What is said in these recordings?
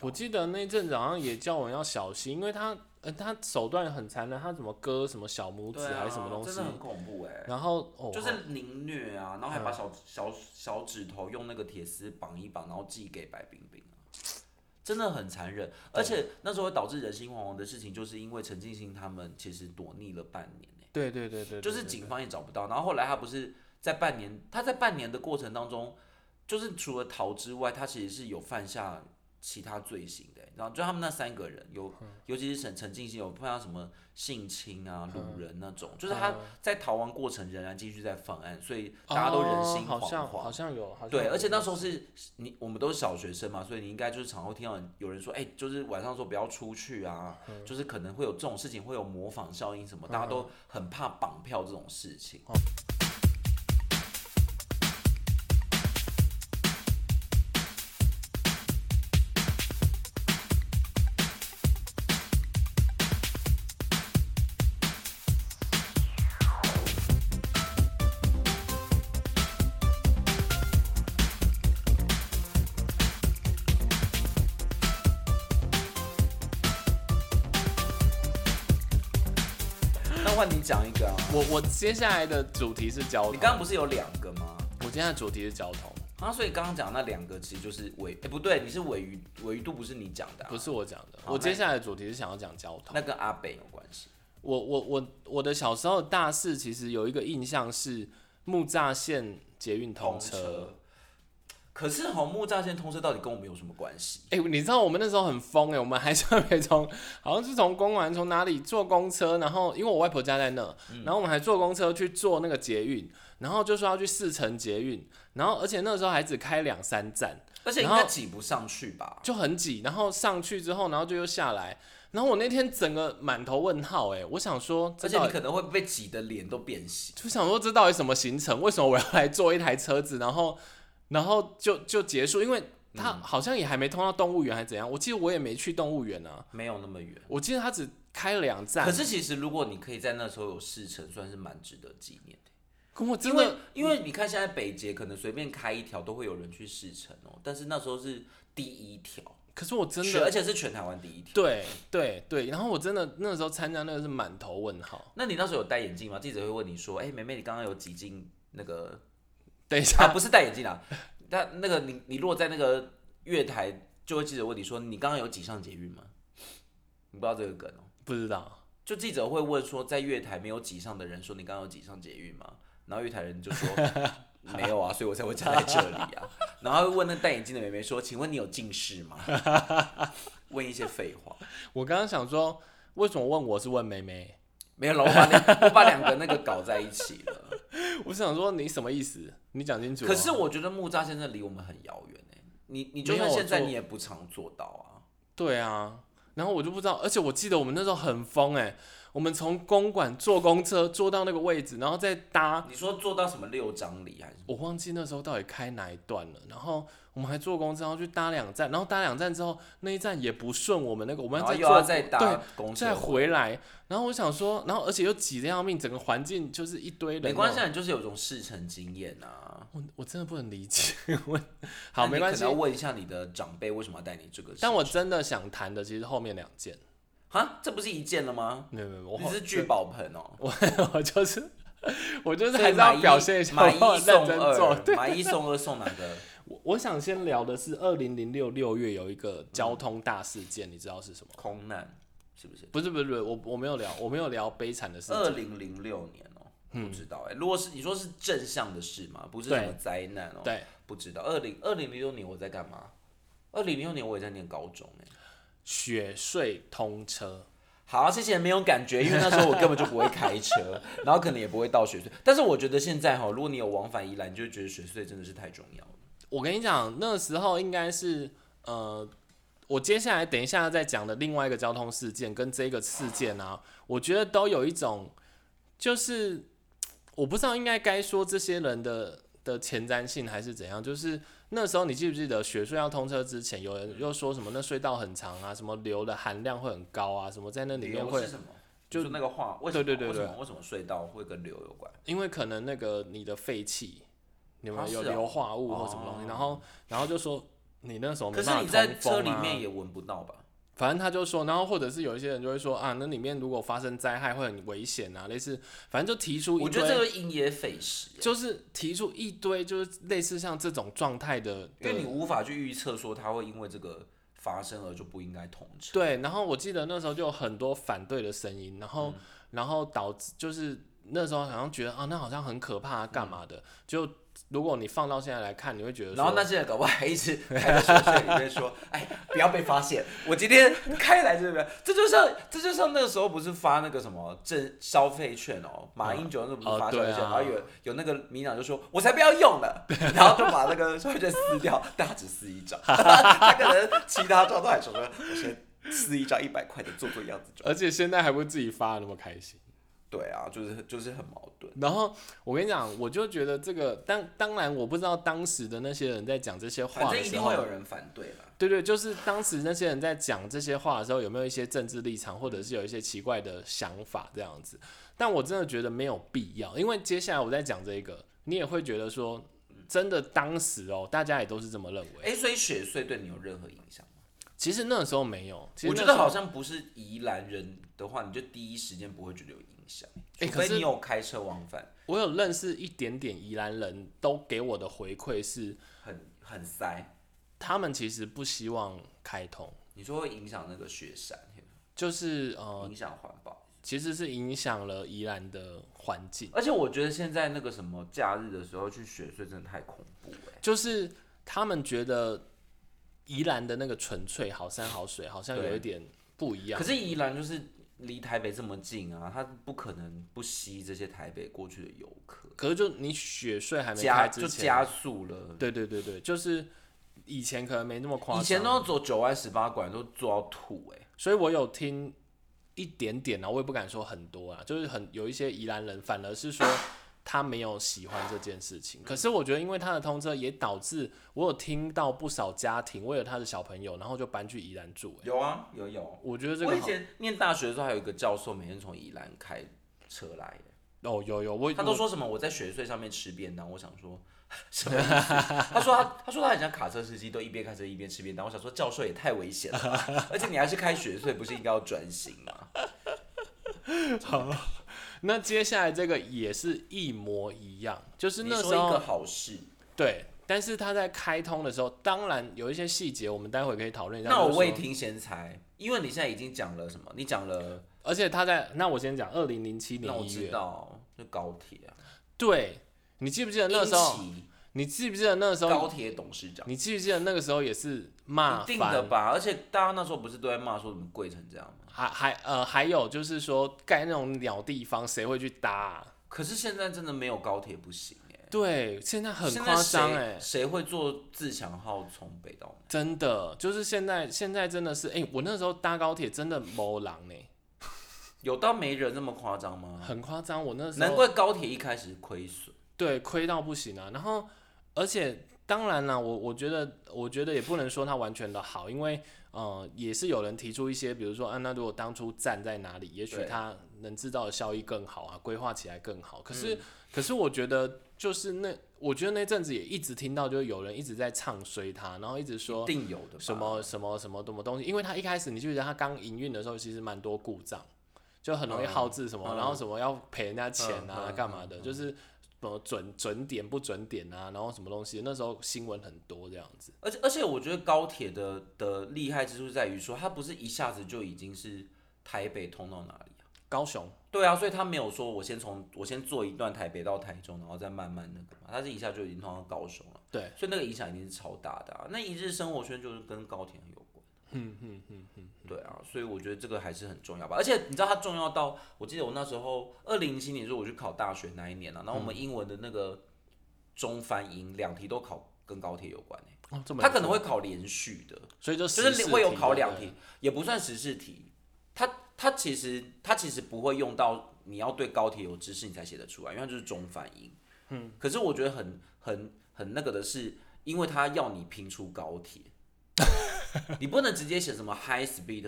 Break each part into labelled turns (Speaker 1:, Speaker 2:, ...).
Speaker 1: 我记得那阵子好像也叫我们要小心，因为他呃他手段很残忍，他怎么割什么小拇指
Speaker 2: 对啊，
Speaker 1: 还是什么东
Speaker 2: 真
Speaker 1: 西，
Speaker 2: 的很恐怖哎、
Speaker 1: 然后哦嗯
Speaker 2: 就是凌虐啊，然后还把小、小小指头用那个铁丝绑一绑，然后寄给白冰冰啊，真的很残忍。而且那时候会导致人心惶惶的事情，就是因为陈进兴他们其实躲匿了半年、欸、
Speaker 1: 对对对对，对
Speaker 2: 就是
Speaker 1: 对
Speaker 2: 警方也找不到。然后后来他不是在半年，他在半年的过程当中，就是除了逃之外，他其实是有犯下其他罪行的。然后就他们那三个人有，
Speaker 1: 嗯
Speaker 2: 尤其是陈陈进兴有犯下什么性侵啊、
Speaker 1: 哦
Speaker 2: 掳人那种，就是他在逃亡过程仍然继续在犯案，所以大家都人心
Speaker 1: 哦好
Speaker 2: 惶
Speaker 1: 像好
Speaker 2: 惶。
Speaker 1: 像有，好像
Speaker 2: 对，
Speaker 1: 有
Speaker 2: 而且那时候是你，我们都是小学生嘛，所以你应该就是常会听到有人说，哎、就是晚上说不要出去啊，
Speaker 1: 嗯
Speaker 2: 就是可能会有这种事情，会有模仿效应什么，大家都很怕绑票这种事情。那换你讲一个啊，
Speaker 1: 我我接下来的主题是交通，
Speaker 2: 你刚刚不是有两个吗？
Speaker 1: 我今天的主题是交通，
Speaker 2: 啊，所以刚刚讲那两个其实就是尾，哎、不对，你是尾鱼，尾鱼度不是你讲的、啊，
Speaker 1: 不是我讲的，
Speaker 2: 好
Speaker 1: 我
Speaker 2: 那
Speaker 1: 接下来的主题是想要讲交通。
Speaker 2: 那跟阿北有关系。
Speaker 1: 我我我我的小时候的大四其实有一个印象是木栅线捷运通车。，
Speaker 2: 可是红木栅线通车到底跟我们有什么关系？
Speaker 1: 哎、你知道我们那时候很疯哎、我们还特别从好像是从公馆从哪里坐公车，然后因为我外婆家在那，
Speaker 2: 嗯
Speaker 1: 然后我们还坐公车去坐那个捷运，然后就说要去四城捷运，然后而且那时候还只开两三站，
Speaker 2: 而且应
Speaker 1: 然
Speaker 2: 该
Speaker 1: 后
Speaker 2: 挤不上去吧？
Speaker 1: 就很挤，然后上去之后，然后就又下来，然后我那天整个满头问号哎、我想说，这
Speaker 2: 而且
Speaker 1: 到
Speaker 2: 你
Speaker 1: 底
Speaker 2: 可能会被挤得脸都变形。
Speaker 1: 就想说这到底什么行程？为什么我要来坐一台车子，然后然后就就结束？因为它
Speaker 2: 嗯
Speaker 1: 好像也还没通到动物园，还是怎样？我记得我也没去动物园啊，
Speaker 2: 没有那么远。
Speaker 1: 我记得它只开两站。
Speaker 2: 可是其实如果你可以在那时候有事成，算是蛮值得纪念的。
Speaker 1: 跟我
Speaker 2: 因
Speaker 1: 真
Speaker 2: 为
Speaker 1: 的嗯
Speaker 2: 因为你看现在北捷可能随便开一条都会有人去试乘哦，但是那时候是第一条，
Speaker 1: 可是我真
Speaker 2: 全而
Speaker 1: 的
Speaker 2: 且是全台湾第一条。
Speaker 1: 对对对，然后我真的那时候参加那个是满头问号。
Speaker 2: 那你那时候有戴眼镜吗？记者会问你说：“哎、妹妹，你刚刚有挤进那个
Speaker 1: 等一
Speaker 2: 啊，
Speaker 1: 下，
Speaker 2: 不是戴眼镜啊，但那个你你落在那个月台，就会记者问你说：你刚刚有挤上捷运吗？你不知道这个梗哦、
Speaker 1: 不知道，
Speaker 2: 就记者会问说，在月台没有挤上的人说，你刚刚有挤上捷运吗？然后月台人就 说没有啊，所以我才会站在这里啊。然后问那戴眼镜的妹妹说，请问你有近视吗？问一些废话，
Speaker 1: 我刚刚想说，为什么问我是问妹妹？
Speaker 2: 没有了，我把两我把两个那个搞在一起了。
Speaker 1: 我是想说你什么意思？你讲清楚哦、
Speaker 2: 可是我觉得木栅现在离我们很遥远哎，你你就
Speaker 1: 没有
Speaker 2: 算
Speaker 1: 我
Speaker 2: 现在
Speaker 1: 做
Speaker 2: 你也不常做到啊。
Speaker 1: 对啊，然后我就不知道，而且我记得我们那时候很疯哎、我们从公馆坐公车坐到那个位置，然后再搭，
Speaker 2: 你说做到什么六张里还是什么？
Speaker 1: 我忘记那时候到底开哪一段了。然后我们还坐公车，然后去搭两站，然后搭两站之后那一站也不顺，我们那个我们
Speaker 2: 然
Speaker 1: 要
Speaker 2: 后
Speaker 1: 再
Speaker 2: 又
Speaker 1: 坐
Speaker 2: 要再
Speaker 1: 对
Speaker 2: 搭公车
Speaker 1: 再，回来。然后我想说，然后而且又挤得要命，整个环境就是一堆人。
Speaker 2: 没关系，，啊你就是有一种事成经验啊。
Speaker 1: 我我真的不能理解。 我好
Speaker 2: 那
Speaker 1: 没
Speaker 2: 你
Speaker 1: 关
Speaker 2: 可
Speaker 1: 系
Speaker 2: 能，要问一下你的长辈为什么要带你这个事。
Speaker 1: 但我真的想谈的其实后面两件，
Speaker 2: 啊，这不是一件了吗？
Speaker 1: 没有没有，我
Speaker 2: 你是聚宝盆哦，
Speaker 1: 我我就是我就是
Speaker 2: 所以
Speaker 1: 还是要
Speaker 2: 买一
Speaker 1: 表现一下，
Speaker 2: 买
Speaker 1: 我
Speaker 2: 一
Speaker 1: 很认
Speaker 2: 送
Speaker 1: 真做。
Speaker 2: 二，买一送二送哪个？
Speaker 1: 我我想先聊的是二零零六六月有一个交通大事件，你知道是什么？
Speaker 2: 空难是 不是？
Speaker 1: 不是不是不是，我我没有聊，我没有聊悲惨的事
Speaker 2: 二
Speaker 1: 情。
Speaker 2: 零零六年哦，不知道哎。如果是你说是正向的事嘛，不是
Speaker 1: 嗯对
Speaker 2: 什么灾难哦，
Speaker 1: 对，
Speaker 2: 不知道。二零二零零六年我在干嘛？二零零六年我也在念高中哎。
Speaker 1: 雪隧通车，
Speaker 2: 好，之前没有感觉，因为那时候我根本就不会开 车，然后可能也不会到雪隧。但是我觉得现在哈，如果你有往返宜兰，你就会觉得雪隧真的是太重要了。
Speaker 1: 我跟你讲，那时候应该是呃，我接下来等一下再讲的另外一个交通事件跟这个事件啊，我觉得都有一种，就是我不知道应该该说这些人的的前瞻性还是怎样，就是那时候你记不记得雪隧要通车之前，有人又说什么那隧道很长啊，什么硫的含量会很高啊，什么在那里面
Speaker 2: 流
Speaker 1: 会
Speaker 2: 是什么？就是那个话，为什么？
Speaker 1: 对对对
Speaker 2: 为
Speaker 1: 对
Speaker 2: 什么？为什么隧道会跟流有关？
Speaker 1: 因为可能那个你的废气，你
Speaker 2: 啊
Speaker 1: 们有
Speaker 2: 是哦
Speaker 1: 硫化物或什么东西，
Speaker 2: 哦
Speaker 1: 然后然后就说你那时候没
Speaker 2: 可
Speaker 1: 办法、通
Speaker 2: 是你在车
Speaker 1: 风
Speaker 2: 里
Speaker 1: 啊
Speaker 2: 面也闻不到吧？
Speaker 1: 反正他就说，然后或者是有一些人就会说啊，那里面如果发生灾害会很危险啊，类似，反正就提出一
Speaker 2: 我觉得这
Speaker 1: 堆，
Speaker 2: 个因噎废食，
Speaker 1: 就是提出一堆就是类似像这种状态的，
Speaker 2: 因为你
Speaker 1: 的
Speaker 2: 无法去预测说它会因为这个发生而就不应该同车。
Speaker 1: 对。然后我记得那时候就有很多反对的声音，然
Speaker 2: 嗯
Speaker 1: 后、然后导致就是那时候好像觉得啊，那好像很可怕，干嘛的？就如果你放到现在来看，你会觉得说，
Speaker 2: 然后那些人搞不好还一直 开在宿舍里面说：“哎，不要被发现，我今天开来这边。”这就像这就像那个时候不是发那个什么政消费券哦，马英九那时候不是发消费券，
Speaker 1: 哦对啊
Speaker 2: 然后有有那个民党就说：“我才不要用呢！” 然后就把那个消费券撕掉，但他只撕一张， 他可能其他张都还说：“我先撕一张一百块的，做做样子就。
Speaker 1: 而且现在还不是自己发的那么开心。”
Speaker 2: 对啊，就是就是很矛盾。
Speaker 1: 然后我跟你讲，我就觉得这个当当然我不知道当时的那些人在讲这些
Speaker 2: 反
Speaker 1: 话
Speaker 2: 正
Speaker 1: 的
Speaker 2: 一
Speaker 1: 时
Speaker 2: 定
Speaker 1: 候
Speaker 2: 会，有人反对啦。
Speaker 1: 对对，就是当时那些人在讲这些话的时候，有没有一些政治立场，或者是有一些奇怪的想法这样子？但我真的觉得没有必要，因为接下来我在讲这个，你也会觉得说，真的当时哦，大家也都是这么认为。
Speaker 2: 哎、所以雪穗对你有任何影响吗？
Speaker 1: 其实那时候没有，其实
Speaker 2: 我
Speaker 1: 那
Speaker 2: 觉
Speaker 1: 时
Speaker 2: 得
Speaker 1: 候
Speaker 2: 好像不是宜兰人的话，你就第一时间不会觉得有影响，
Speaker 1: 诶
Speaker 2: 除
Speaker 1: 可
Speaker 2: 非
Speaker 1: 是
Speaker 2: 你有开车往返，
Speaker 1: 我有认识一点点宜兰人都给我的回馈是，
Speaker 2: 很很塞。
Speaker 1: 他们其实不希望开通，
Speaker 2: 你说会影响那个雪山，
Speaker 1: 就是呃
Speaker 2: 影响环保，
Speaker 1: 其实是影响了宜兰的环境，
Speaker 2: 而且我觉得现在那个什么假日的时候去雪穗真的太恐怖欸了、
Speaker 1: 就是他们觉得宜兰的那个纯粹好山好水好像有一点不一样。
Speaker 2: 可是宜兰就是离台北这么近啊，它不可能不吸这些台北过去的游客，
Speaker 1: 可是就你雪税还没
Speaker 2: 加
Speaker 1: 开
Speaker 2: 就
Speaker 1: 之
Speaker 2: 加
Speaker 1: 前，
Speaker 2: 速了。
Speaker 1: 对对对对，就是以前可能没那么夸张，
Speaker 2: 以前都要走九弯十八拐，都坐到吐哎、
Speaker 1: 所以我有听一点点啊，我也不敢说很多啊，就是很有一些宜兰人反而是说他没有喜欢这件事情。可是我觉得，因为他的通车也导致我有听到不少家庭为了他的小朋友，然后就搬去宜兰住、欸。
Speaker 2: 有啊，有有。
Speaker 1: 我觉得这
Speaker 2: 我
Speaker 1: 个
Speaker 2: 以
Speaker 1: 好
Speaker 2: 前念大学的时候，还有一个教授每天从宜兰开车来耶，
Speaker 1: 哦，有有我
Speaker 2: 他都
Speaker 1: 我
Speaker 2: 说什么我在雪穗上面吃便当，我想说什么意思？ 他说他他说他很像卡车司机，都一边开车一边吃便当。我想说教授也太危险了吧， 而且你还是开雪穗，不是应该要专心吗？
Speaker 1: 那接下来这个也是一模一样，就是哦
Speaker 2: 你
Speaker 1: 那
Speaker 2: 说
Speaker 1: 时
Speaker 2: 一
Speaker 1: 候
Speaker 2: 个好事，
Speaker 1: 对，但是他在开通的时候，当然有一些细节，我们待会可以讨论一下。
Speaker 2: 那
Speaker 1: 就是哦
Speaker 2: 我
Speaker 1: 说
Speaker 2: 未听先猜，因为你现在已经讲了什么？你讲了，
Speaker 1: 而且他在那我先讲二零零七
Speaker 2: 那
Speaker 1: 年
Speaker 2: 我
Speaker 1: 一
Speaker 2: 知
Speaker 1: 月，
Speaker 2: 道，就高铁啊，
Speaker 1: 对你记不记得那时候？
Speaker 2: 英
Speaker 1: 你记不记得那个时
Speaker 2: 奇
Speaker 1: 候？
Speaker 2: 高铁董事长。
Speaker 1: 你记不记得那个时候也是骂
Speaker 2: 一定的
Speaker 1: 翻，
Speaker 2: 吧，而且大家那时候不是都在骂说怎么贵成这样吗？
Speaker 1: 还还呃还有就是说盖那种鸟地方，谁会去搭、啊？
Speaker 2: 可是现在真的没有高铁不行哎、
Speaker 1: 对，现在很
Speaker 2: 现在
Speaker 1: 夸张
Speaker 2: 谁
Speaker 1: 哎，
Speaker 2: 谁会坐自强号从北到南？
Speaker 1: 真的就是现在现在真的是哎、我那时候搭高铁真的某狼呢、
Speaker 2: 有到没人那么夸张吗？
Speaker 1: 很夸张。我那时候
Speaker 2: 难怪高铁一开始亏损，
Speaker 1: 对，亏到不行啊。然后，而且当然啦，我我觉得，我觉得也不能说它完全的好，因为呃，也是有人提出一些，比如说，啊，那如果当初站在哪里，也许
Speaker 2: 对
Speaker 1: 它能制造的效益更好啊，规划起来更好。可
Speaker 2: 嗯
Speaker 1: 是，可是我觉得就是那，我觉得那阵子也一直听到，就是有人一直在唱衰它，然后一直
Speaker 2: 一
Speaker 1: 说。
Speaker 2: 定有的吧
Speaker 1: 什？么什么什么什么东西？因为它一开始你记不记得它刚营运的时候，其实蛮多故障，就很容易
Speaker 2: 嗯
Speaker 1: 耗资什么，
Speaker 2: 嗯
Speaker 1: 然后什么要赔人家钱啊，
Speaker 2: 嗯嗯
Speaker 1: 干嘛的，
Speaker 2: 嗯
Speaker 1: 就是什么准准点不准点啊，然后什么东西，那时候新闻很多这样子。
Speaker 2: 而且而且，我觉得高铁的的厉害之处在于说，它不是一下子就已经是台北通到哪里啊、
Speaker 1: 高雄
Speaker 2: 对啊，所以它没有说我先从我先坐一段台北到台中，然后再慢慢那个嘛，它是一下就已经通到高雄了。
Speaker 1: 对，
Speaker 2: 所以那个影响一定是超大的、啊。那一日生活圈就是跟高铁很有关。嗯嗯嗯嗯，对啊，所以我觉得这个还是很重要吧。而且你知道它重要到，我记得我那时候二零零七年的时候我去考大学那一年啊，然后我们英文的那个中翻英两题都考跟高铁有关、欸、
Speaker 1: 哦，这么
Speaker 2: 它可能会考连续的，
Speaker 1: 所以就
Speaker 2: 就
Speaker 1: 14
Speaker 2: 是会有
Speaker 1: 题对
Speaker 2: 考
Speaker 1: 不
Speaker 2: 两
Speaker 1: 对
Speaker 2: 题，也不算时事题。它它其实它其实不会用到你要对高铁有知识你才写得出来，因为它就是中反应。嗯，可是我觉得很很很那个的是，因为它要你拼出高 铁，你不能直接写什么 high speed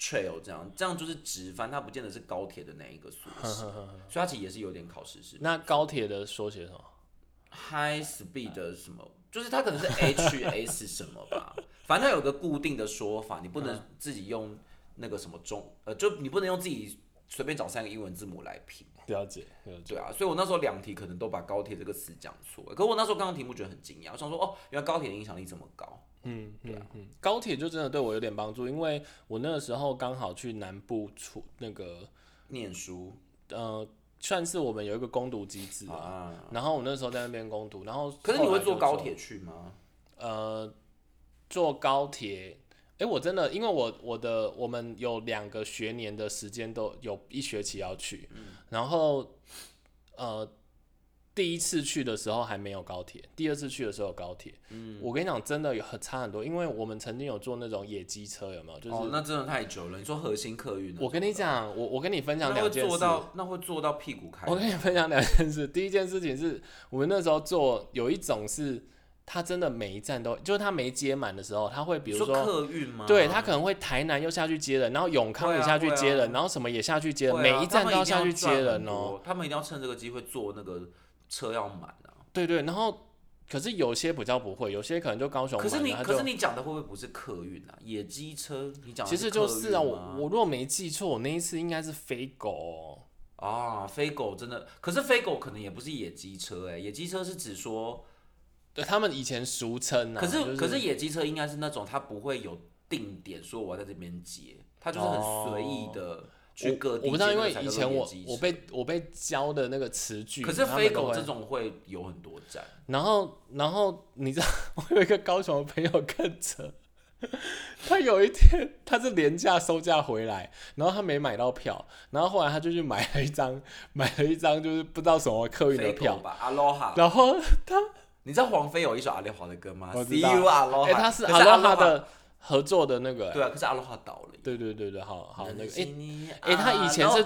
Speaker 2: trail 这样，这样就是直翻，它不见得是高铁的那一个缩写，所以它其实也是有点考时事。
Speaker 1: 那高铁的缩写是什么？
Speaker 2: high speed 的什么就是他可能是 H S 什么吧， 反正他有个固定的说法，你不能
Speaker 1: 嗯
Speaker 2: 自己用那个什么中，呃，就你不能用自己随便找三个英文字母来拼。
Speaker 1: 了解了解，
Speaker 2: 对啊，所以我那时候两题可能都把高铁这个词讲错了，可我那时候刚刚题目觉得很惊讶，我想说哦，原来高铁的影响力这么高。
Speaker 1: 嗯嗯嗯，高铁就真的对我有点帮助，因为我那个时候刚好去南部出那个
Speaker 2: 念书
Speaker 1: 呃，算是我们有一个攻读机制啊，
Speaker 2: 啊，
Speaker 1: 然后我那时候在那边攻读，然后
Speaker 2: 可是你
Speaker 1: 后来
Speaker 2: 会
Speaker 1: 就
Speaker 2: 坐高铁去吗？
Speaker 1: 呃，坐高铁，哎、我真的，因为我我的我们有两个学年的时间都有一学期要去，
Speaker 2: 嗯
Speaker 1: 然后呃，第一次去的时候还没有高铁，第二次去的时候有高铁，嗯，我跟你讲，真的有很差很多，因为我们曾经有坐那种野鸡车，有没有？就是、
Speaker 2: 哦，那真的太久了。你说核心客运那种，
Speaker 1: 我跟你讲，我我跟你分享
Speaker 2: 那会
Speaker 1: 两件
Speaker 2: 坐
Speaker 1: 事。
Speaker 2: 到那会坐到屁股开
Speaker 1: 我跟你分享两件事。第一件事情是我们那时候做有一种是，它真的每一站都，就是它没接满的时候，它会比
Speaker 2: 你
Speaker 1: 如
Speaker 2: 说
Speaker 1: 说，
Speaker 2: 客运吗？
Speaker 1: 对，它可能会台南又下去接人，然后永康也下去接
Speaker 2: 会啊
Speaker 1: 人，
Speaker 2: 会啊
Speaker 1: 然后什么也下去接
Speaker 2: 对
Speaker 1: 人，
Speaker 2: 啊
Speaker 1: 每一站都
Speaker 2: 他们一定
Speaker 1: 下去接
Speaker 2: 赚
Speaker 1: 人
Speaker 2: 很
Speaker 1: 哦。
Speaker 2: 多，他们一定要趁这个机会坐那个车要满啊。
Speaker 1: 对对，然后可是有些比较不会，有些可能就高雄
Speaker 2: 可是
Speaker 1: 满
Speaker 2: 你
Speaker 1: 了，它
Speaker 2: 可
Speaker 1: 就是
Speaker 2: 你讲的会不会不是客运啊？野鸡车，你讲的
Speaker 1: 其实就
Speaker 2: 客
Speaker 1: 是
Speaker 2: 运
Speaker 1: 啊，我
Speaker 2: 吗
Speaker 1: 我若没记错，我那一次应该是飞狗哦、
Speaker 2: 啊，飞狗真的，可是飞狗可能也不是野鸡车哎、野鸡车是指说，
Speaker 1: 对他们以前俗称啊，
Speaker 2: 可是、
Speaker 1: 就
Speaker 2: 可是野鸡车应该是那种它不会有定点说我要在这边接，它就是很随意的去各
Speaker 1: 哦我
Speaker 2: 地
Speaker 1: 我不知道，
Speaker 2: 接
Speaker 1: 因
Speaker 2: 那
Speaker 1: 为
Speaker 2: 个才
Speaker 1: 以
Speaker 2: 叫做
Speaker 1: 前
Speaker 2: 野
Speaker 1: 我
Speaker 2: 鸡
Speaker 1: 我
Speaker 2: 车
Speaker 1: 被我被教的那个词句，
Speaker 2: 可是
Speaker 1: 他们
Speaker 2: 飞
Speaker 1: 都
Speaker 2: 狗
Speaker 1: 会
Speaker 2: 这种会有很多站，
Speaker 1: 然后然后你知道， 我有一个高雄的朋友跟着，他有一天他是廉价收价回来，然后他没买到票，然后后来他就去买了一张买了一张就是不知道什么客运的
Speaker 2: 飞狗
Speaker 1: 票，
Speaker 2: 吧，Aloha。
Speaker 1: 然后他
Speaker 2: 你知道黄飞有一首阿丽华的歌吗
Speaker 1: 我知
Speaker 2: ？See
Speaker 1: 道
Speaker 2: you Aloha，
Speaker 1: 哎、他是
Speaker 2: 哦可
Speaker 1: 阿罗哈
Speaker 2: Aloha
Speaker 1: 的合作的那个、哎
Speaker 2: 对啊，可是阿罗哈倒了耶。
Speaker 1: 对对对对，好好那个哎。
Speaker 2: 哎
Speaker 1: 哎他以前是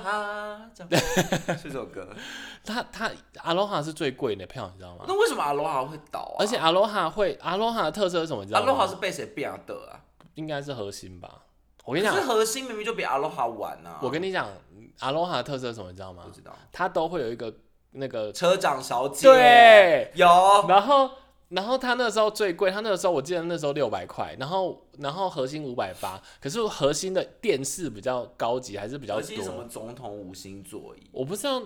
Speaker 2: 是这首歌，
Speaker 1: 他他阿罗哈是最贵的票，你知道吗？
Speaker 2: 那为什么阿罗哈会倒啊？
Speaker 1: 而且阿罗哈会阿罗哈的特色是什么？你知道
Speaker 2: 阿
Speaker 1: 吗？
Speaker 2: 罗哈是被谁变的啊？
Speaker 1: 应该是核心吧。我
Speaker 2: 可
Speaker 1: 跟你讲
Speaker 2: 是，核心明明就比阿罗哈晚啊！
Speaker 1: 我跟你讲，阿罗哈的特色是什么，你知道吗
Speaker 2: 不？知道，
Speaker 1: 它都会有一个那个，
Speaker 2: 车长小姐
Speaker 1: 对
Speaker 2: 有
Speaker 1: 然后然后它那时候最贵，它那个时候我记得那时候六百块，然后然后核心五百八，可是核心的电视比较高级，还是比较
Speaker 2: 核心什
Speaker 1: 多。
Speaker 2: 么总统五星座椅？
Speaker 1: 我不知道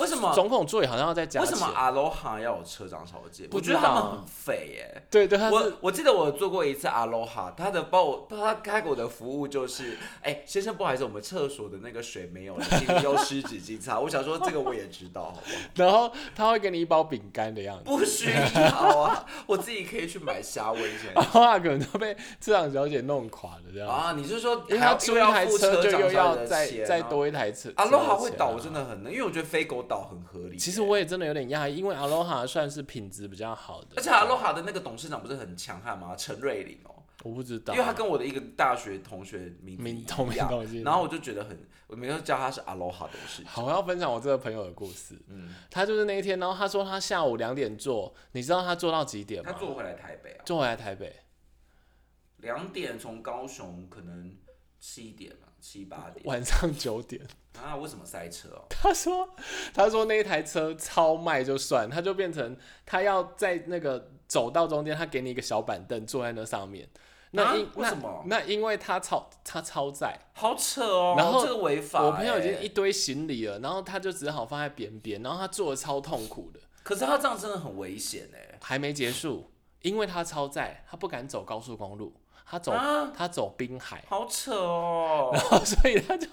Speaker 2: 为什么
Speaker 1: 总统座椅好像要再加
Speaker 2: 为
Speaker 1: 钱
Speaker 2: 什么，阿罗哈要有车长小姐？
Speaker 1: 不
Speaker 2: 我觉
Speaker 1: 知
Speaker 2: 得
Speaker 1: 道
Speaker 2: 他们很废耶。
Speaker 1: 对对，它是
Speaker 2: 我我记得我做过一次阿罗哈，他的帮我他开给我的服务就是，哎、先生不好意思，我们厕所的那个水没有了，请你用湿纸巾擦。我想说这个我也知道，好不好？
Speaker 1: 然后他会给你一包饼干的样子。
Speaker 2: 不需要啊，我自己可以去买虾味 先。
Speaker 1: 阿罗哈可能都被市场小姐弄垮了这样，
Speaker 2: 啊，你是说
Speaker 1: 因为
Speaker 2: 还
Speaker 1: 他
Speaker 2: 要
Speaker 1: 租一台
Speaker 2: 付
Speaker 1: 车就
Speaker 2: 长
Speaker 1: 又
Speaker 2: 小姐
Speaker 1: 要
Speaker 2: 的
Speaker 1: 再
Speaker 2: 钱
Speaker 1: 再
Speaker 2: 啊
Speaker 1: 多一台车。
Speaker 2: 阿罗哈
Speaker 1: 车
Speaker 2: 会
Speaker 1: 的钱
Speaker 2: 倒，
Speaker 1: 啊
Speaker 2: 我真的很能，因为我觉得飞狗倒很合理。
Speaker 1: 其实，我也真的有点讶异，因为阿罗哈算是品质比较好的，
Speaker 2: 而且阿罗哈的那个董事长不是很强悍吗？陈瑞麟哦，
Speaker 1: 我不知道，
Speaker 2: 因为他跟我的一个大学同学名字
Speaker 1: 啊名
Speaker 2: 一样
Speaker 1: 同名同姓
Speaker 2: 然后我就觉得很，我每次叫他是阿罗哈董事长。
Speaker 1: 好，我要分享我这个朋友的故事。
Speaker 2: 嗯，
Speaker 1: 他就是那一天，然后他说他下午两点坐，你知道他坐到几点
Speaker 2: 他
Speaker 1: 吗？
Speaker 2: 坐回来台北啊，
Speaker 1: 坐回来台北，
Speaker 2: 两点从高雄可能七点嘛，七八点
Speaker 1: 晚上九点。
Speaker 2: 啊？为什么塞车哦？
Speaker 1: 他说，他说那一台车超卖就算，他就变成他要在那个走道中间，他给你一个小板凳坐在那上面。那
Speaker 2: 啊
Speaker 1: 因、
Speaker 2: 为什么
Speaker 1: 那？那因为他超他超载，
Speaker 2: 好扯哦，
Speaker 1: 然后
Speaker 2: 这个违法、欸。
Speaker 1: 我朋友已经一堆行李了，然后他就只好放在边边，然后他坐的超痛苦的。
Speaker 2: 可是他这样真的很危险哎、
Speaker 1: 还没结束，因为他超载，他不敢走高速公路，他走、
Speaker 2: 啊
Speaker 1: 他走滨海，
Speaker 2: 好扯哦。
Speaker 1: 然后所以他就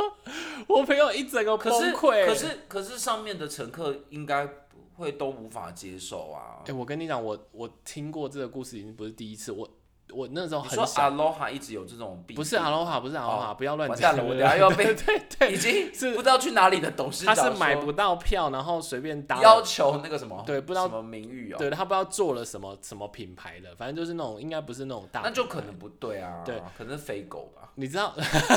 Speaker 1: 我朋友一整个
Speaker 2: 可
Speaker 1: 崩
Speaker 2: 是
Speaker 1: 溃。
Speaker 2: 可是可是上面的乘客应该会都无法接受啊
Speaker 1: 哎、。我跟你讲，我我听过这个故事已经不是第一次，我我那时候
Speaker 2: 你说
Speaker 1: 哦很小，
Speaker 2: Aloha 一直有这种弊病，
Speaker 1: 不是阿啊罗哈，不是阿罗哈，
Speaker 2: 哦
Speaker 1: 不要乱
Speaker 2: 完
Speaker 1: 讲，
Speaker 2: 蛋了，我
Speaker 1: 对
Speaker 2: 等下又要
Speaker 1: 对
Speaker 2: 被
Speaker 1: 对 对，
Speaker 2: 已 经
Speaker 1: 是
Speaker 2: 不知道去哪里的董事
Speaker 1: 他
Speaker 2: 长
Speaker 1: 是
Speaker 2: 说
Speaker 1: 买不到票，然后随便搭了。
Speaker 2: 要求那个什么
Speaker 1: 对不知道
Speaker 2: 什么名誉哦，
Speaker 1: 对他不知道做了什么什么品牌的，反正就是那种应该不是那种大品牌，
Speaker 2: 那就可能不对啊，
Speaker 1: 啊对，
Speaker 2: 可能是肥狗吧。
Speaker 1: 你知道，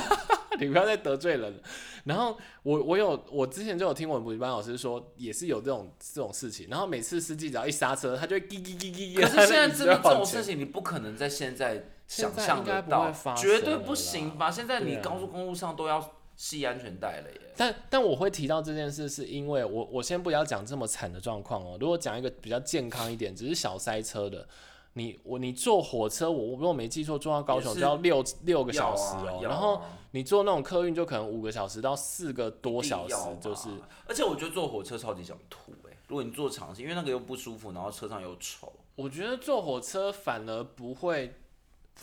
Speaker 1: 你不要再得罪人了。然后我我有我之前就有听我们补习班老师说，也是有这种这种事情。然后每次司机只要一刹车，他就会叽叽叽叽叽。
Speaker 2: 可 是现在真的这种事
Speaker 1: 情，
Speaker 2: 情，你不可能在现在想
Speaker 1: 现在
Speaker 2: 象
Speaker 1: 应该
Speaker 2: 得
Speaker 1: 不
Speaker 2: 到
Speaker 1: 会发，生
Speaker 2: 绝对
Speaker 1: 了啦
Speaker 2: 不行吧？现在
Speaker 1: 对
Speaker 2: 你
Speaker 1: 啊
Speaker 2: 高速公路上都要系安全带了耶。
Speaker 1: 但但我会提到这件事，是因为我我先不要讲这么惨的状况哦。如果讲一个比较健康一点，只是小塞车的，你我你坐火车，我我如果没记错，坐到高雄
Speaker 2: 也是
Speaker 1: 就要六六个小
Speaker 2: 要啊
Speaker 1: 时哦、
Speaker 2: 要
Speaker 1: 然后
Speaker 2: 啊
Speaker 1: 你坐那种客运就可能五个小时到四个多
Speaker 2: 必
Speaker 1: 小时
Speaker 2: 要吧，
Speaker 1: 就是
Speaker 2: 而且我觉得坐火车超级想吐哎、如果你坐长时间，因为那个又不舒服，然后车上又臭，
Speaker 1: 我觉得坐火车反而不会，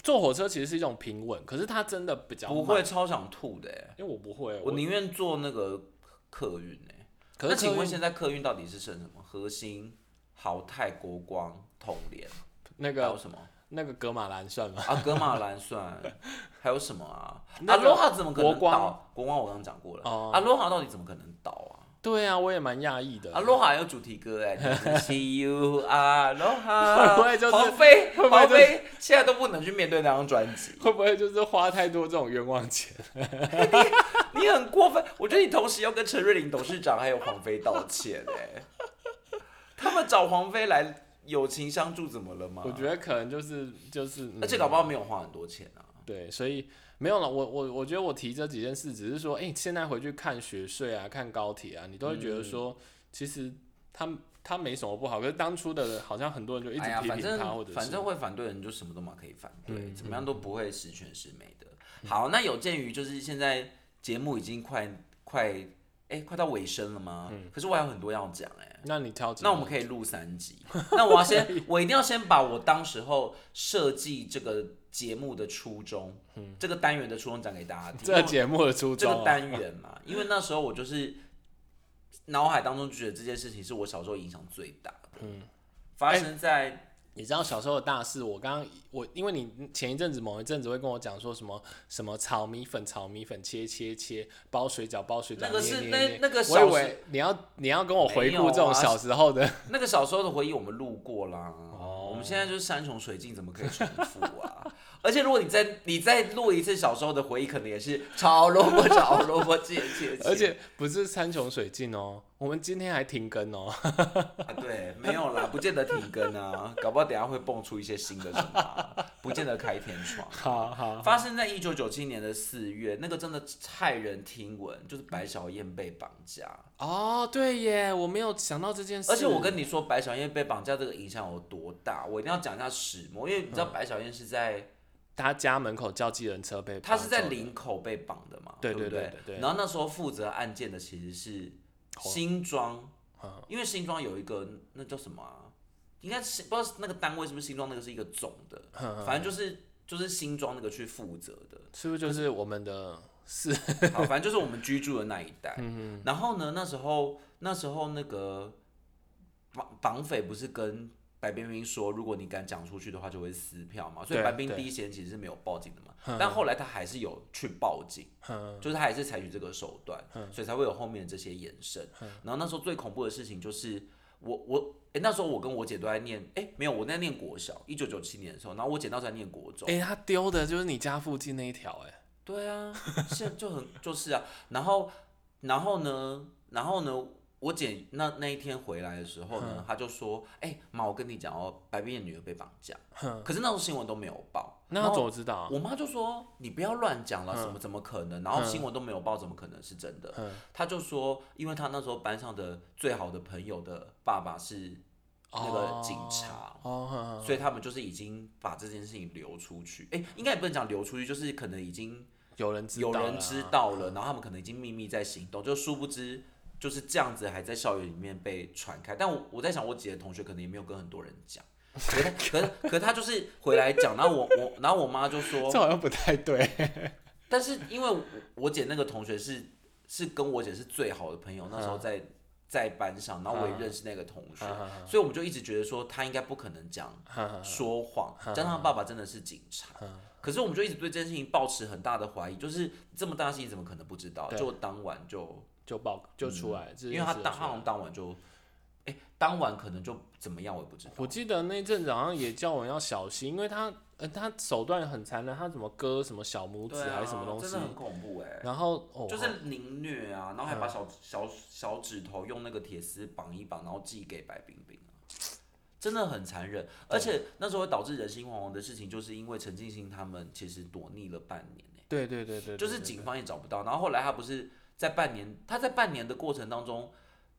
Speaker 1: 坐火车其实是一种平稳，可是它真的比较
Speaker 2: 不
Speaker 1: 慢
Speaker 2: 会，超想吐的哎、
Speaker 1: 因为我不会，
Speaker 2: 我宁愿坐那个客运哎、
Speaker 1: 可
Speaker 2: 那
Speaker 1: 是
Speaker 2: 请
Speaker 1: 客
Speaker 2: 问
Speaker 1: 运
Speaker 2: 现在客运到底是剩什么？核心、豪泰、国光、统联，
Speaker 1: 那
Speaker 2: 还有
Speaker 1: 个
Speaker 2: 什么？
Speaker 1: 那个格马兰算吗？
Speaker 2: 啊，格马兰算，还有什么啊？
Speaker 1: 那
Speaker 2: 阿
Speaker 1: 个
Speaker 2: 罗哈怎么可能
Speaker 1: 国光
Speaker 2: 倒？国光我刚刚讲过了，
Speaker 1: 哦
Speaker 2: 阿罗哈到底怎么可能倒啊？
Speaker 1: 对啊，我也蛮讶异的。
Speaker 2: 阿罗哈有主题歌哎、就是 See you，阿罗哈。
Speaker 1: 会不会就是
Speaker 2: 王菲？
Speaker 1: 会不会
Speaker 2: 王
Speaker 1: 就是
Speaker 2: 菲现在都不能去面对那张专辑，
Speaker 1: 会不会就是花太多这种冤枉 钱？
Speaker 2: 你很过分。我觉得你同时要跟陈瑞麟董事长还有黄飞道歉哎、他们找黄飞来友情相助怎么了吗？
Speaker 1: 我觉得可能就是就是，嗯
Speaker 2: 而且搞不好没有花很多钱啊。
Speaker 1: 对，所以没有了。我我我觉得我提这几件事，只是说，哎、现在回去看学税啊，看高铁啊，你都会
Speaker 2: 嗯
Speaker 1: 觉得说，其实他他没什么不好，可是当初的好像很多人就一直
Speaker 2: 哎呀，
Speaker 1: 批
Speaker 2: 反
Speaker 1: 评
Speaker 2: 正
Speaker 1: 他，或者是
Speaker 2: 反正会反对的人就什么都嘛可以反对，
Speaker 1: 嗯
Speaker 2: 怎么样都不会十全十美的。好，那有鉴于就是现在节目已经快快哎、快到尾声了吗？
Speaker 1: 嗯
Speaker 2: 可是我还有很多要讲哎、
Speaker 1: 那你挑几个？
Speaker 2: 那我们可以录三集。 那我要先，我一定要先把我当时候设计这个节目的初衷，这个单元的初衷讲给大家
Speaker 1: 嗯
Speaker 2: 听。
Speaker 1: 这个节目的初
Speaker 2: 这
Speaker 1: 衷、
Speaker 2: 个
Speaker 1: 啊，
Speaker 2: 单元嘛，因为那时候我就是脑海当中觉得这件事情是我小时候影响最大的，嗯，发生在、
Speaker 1: 你知道小时候的大事，我刚刚我因为你前一阵子某一阵子会跟我讲说什么什么炒米粉炒米粉切切切包水饺包水饺，
Speaker 2: 那个是
Speaker 1: 捏捏
Speaker 2: 那
Speaker 1: 捏
Speaker 2: 那个
Speaker 1: 我以
Speaker 2: 小时
Speaker 1: 为你要你要跟我回
Speaker 2: 没
Speaker 1: 顾
Speaker 2: 有啊
Speaker 1: 这种小时候的，
Speaker 2: 那个小时候的回忆，我们路过啦。
Speaker 1: 哦
Speaker 2: 我们现在就是山穷水尽，怎么可以重复啊？ 而且如果你再你再录一次小时候的回忆，可能也是炒萝卜炒萝卜， 切切切。
Speaker 1: 而且不是山穷水尽哦，我们今天还停更哦。
Speaker 2: 啊，对，没有啦，不见得停更啊，搞不好等一下会蹦出一些新的什么啊、不见得开天窗。
Speaker 1: 好好，
Speaker 2: 发生在一九九七年的四月，那个真的骇人听闻，就是白小燕被绑架。
Speaker 1: 哦，对耶，我没有想到这件事，
Speaker 2: 而且我跟你说，白小燕被绑架这个影响有多大，我一定要讲一下始末，因为你
Speaker 1: 嗯
Speaker 2: 知道白小燕是在、
Speaker 1: 他家门口叫计程车被
Speaker 2: 她
Speaker 1: 绑走的，
Speaker 2: 是在林口被绑的嘛，
Speaker 1: 对
Speaker 2: 不
Speaker 1: 对
Speaker 2: 对
Speaker 1: 对对对
Speaker 2: 然后那时候负责案件的其实是
Speaker 1: 红
Speaker 2: 新庄，
Speaker 1: 嗯
Speaker 2: 因为新庄有一个那叫什么啊、应该是不知道那个单位是不是新庄那个是一个总的，
Speaker 1: 嗯
Speaker 2: 反正就是就是新庄那个去负责的。
Speaker 1: 是不是就是我们的是
Speaker 2: 好，反正就是我们居住的那一带。
Speaker 1: 嗯
Speaker 2: 然后呢，那时候那时候那个绑绑匪不是跟白冰冰说，如果你敢讲出去的话，就会撕票嘛。所以
Speaker 1: 对
Speaker 2: 白冰
Speaker 1: 对嗯
Speaker 2: 第一时间其实是没有报警的嘛，但后来他还是有去报警， 就是他还是采取这个手段，所以才会有后面的这些延伸。然后那时候最恐怖的事情就是我我。哎、那时候我跟我姐都在念，哎、没有，我在念国小，一九九七年的时候，然后我姐那时候在念国中，
Speaker 1: 哎、他丢的就是你家附近那一条哎，
Speaker 2: 对啊，是就很就是啊，然后然后呢，然后呢，我姐那那一天回来的时候呢，她就说：“哎、妈，我跟你讲哦，白冰的女儿被绑架。”可是那时候新闻都没有报，
Speaker 1: 那
Speaker 2: 然
Speaker 1: 他
Speaker 2: 后
Speaker 1: 怎么知道啊？嗯
Speaker 2: 我妈就说：“你不要乱讲了，什么怎么可能？”然后新闻都没有报，怎么可能是真的？她就说，因为她那时候班上的最好的朋友的爸爸是那个警察，
Speaker 1: 哦哼哼
Speaker 2: 所以他们就是已经把这件事情流出去。哎、应该也不能讲流出去，就是可能已经
Speaker 1: 有人知道
Speaker 2: 有
Speaker 1: 了啊，
Speaker 2: 人知道了，然后他们可能已经秘密在行动，就殊不知就是这样子，还在校园里面被传开。但我我在想，我姐的同学可能也没有跟很多人讲，可是她可是可是她就是回来讲，然后我我然后我妈就说
Speaker 1: 这，好像不太对。
Speaker 2: 但是因为我我姐那个同学是是跟我姐是最好的朋友，那时候在在班上，然后我也认识那个同学，所以我们就一直觉得说她应该不可能讲说谎，加上他爸爸真的是警察，可是我们就一直对这件事情抱持很大的怀疑，就是这么大的事情怎么可能不知道？
Speaker 1: 对
Speaker 2: 就当晚就，
Speaker 1: 就报就出来，这
Speaker 2: 嗯因
Speaker 1: 件
Speaker 2: 为他
Speaker 1: 事就
Speaker 2: 当
Speaker 1: 出
Speaker 2: 他好
Speaker 1: 来
Speaker 2: 像当晚就，哎、当晚可能就怎么样我也不知道
Speaker 1: 我，记得那阵子好像也叫我们要小心，因为他呃他手段很残忍，他怎么割什么小拇指
Speaker 2: 对啊，
Speaker 1: 还是什么东
Speaker 2: 真
Speaker 1: 西，
Speaker 2: 的很恐怖哎、
Speaker 1: 然后哦
Speaker 2: 就是凌虐啊，然后还把小、小小指头用那个铁丝绑一绑，然后寄给白冰冰啊，真的很残忍。而且那时候会导致人心惶惶的事情，就是因为陈静心他们其实躲匿了半年欸、
Speaker 1: 对对对对，对
Speaker 2: 就是
Speaker 1: 对
Speaker 2: 警方也找不到。然后后来他不是在半年，他在半年的过程当中，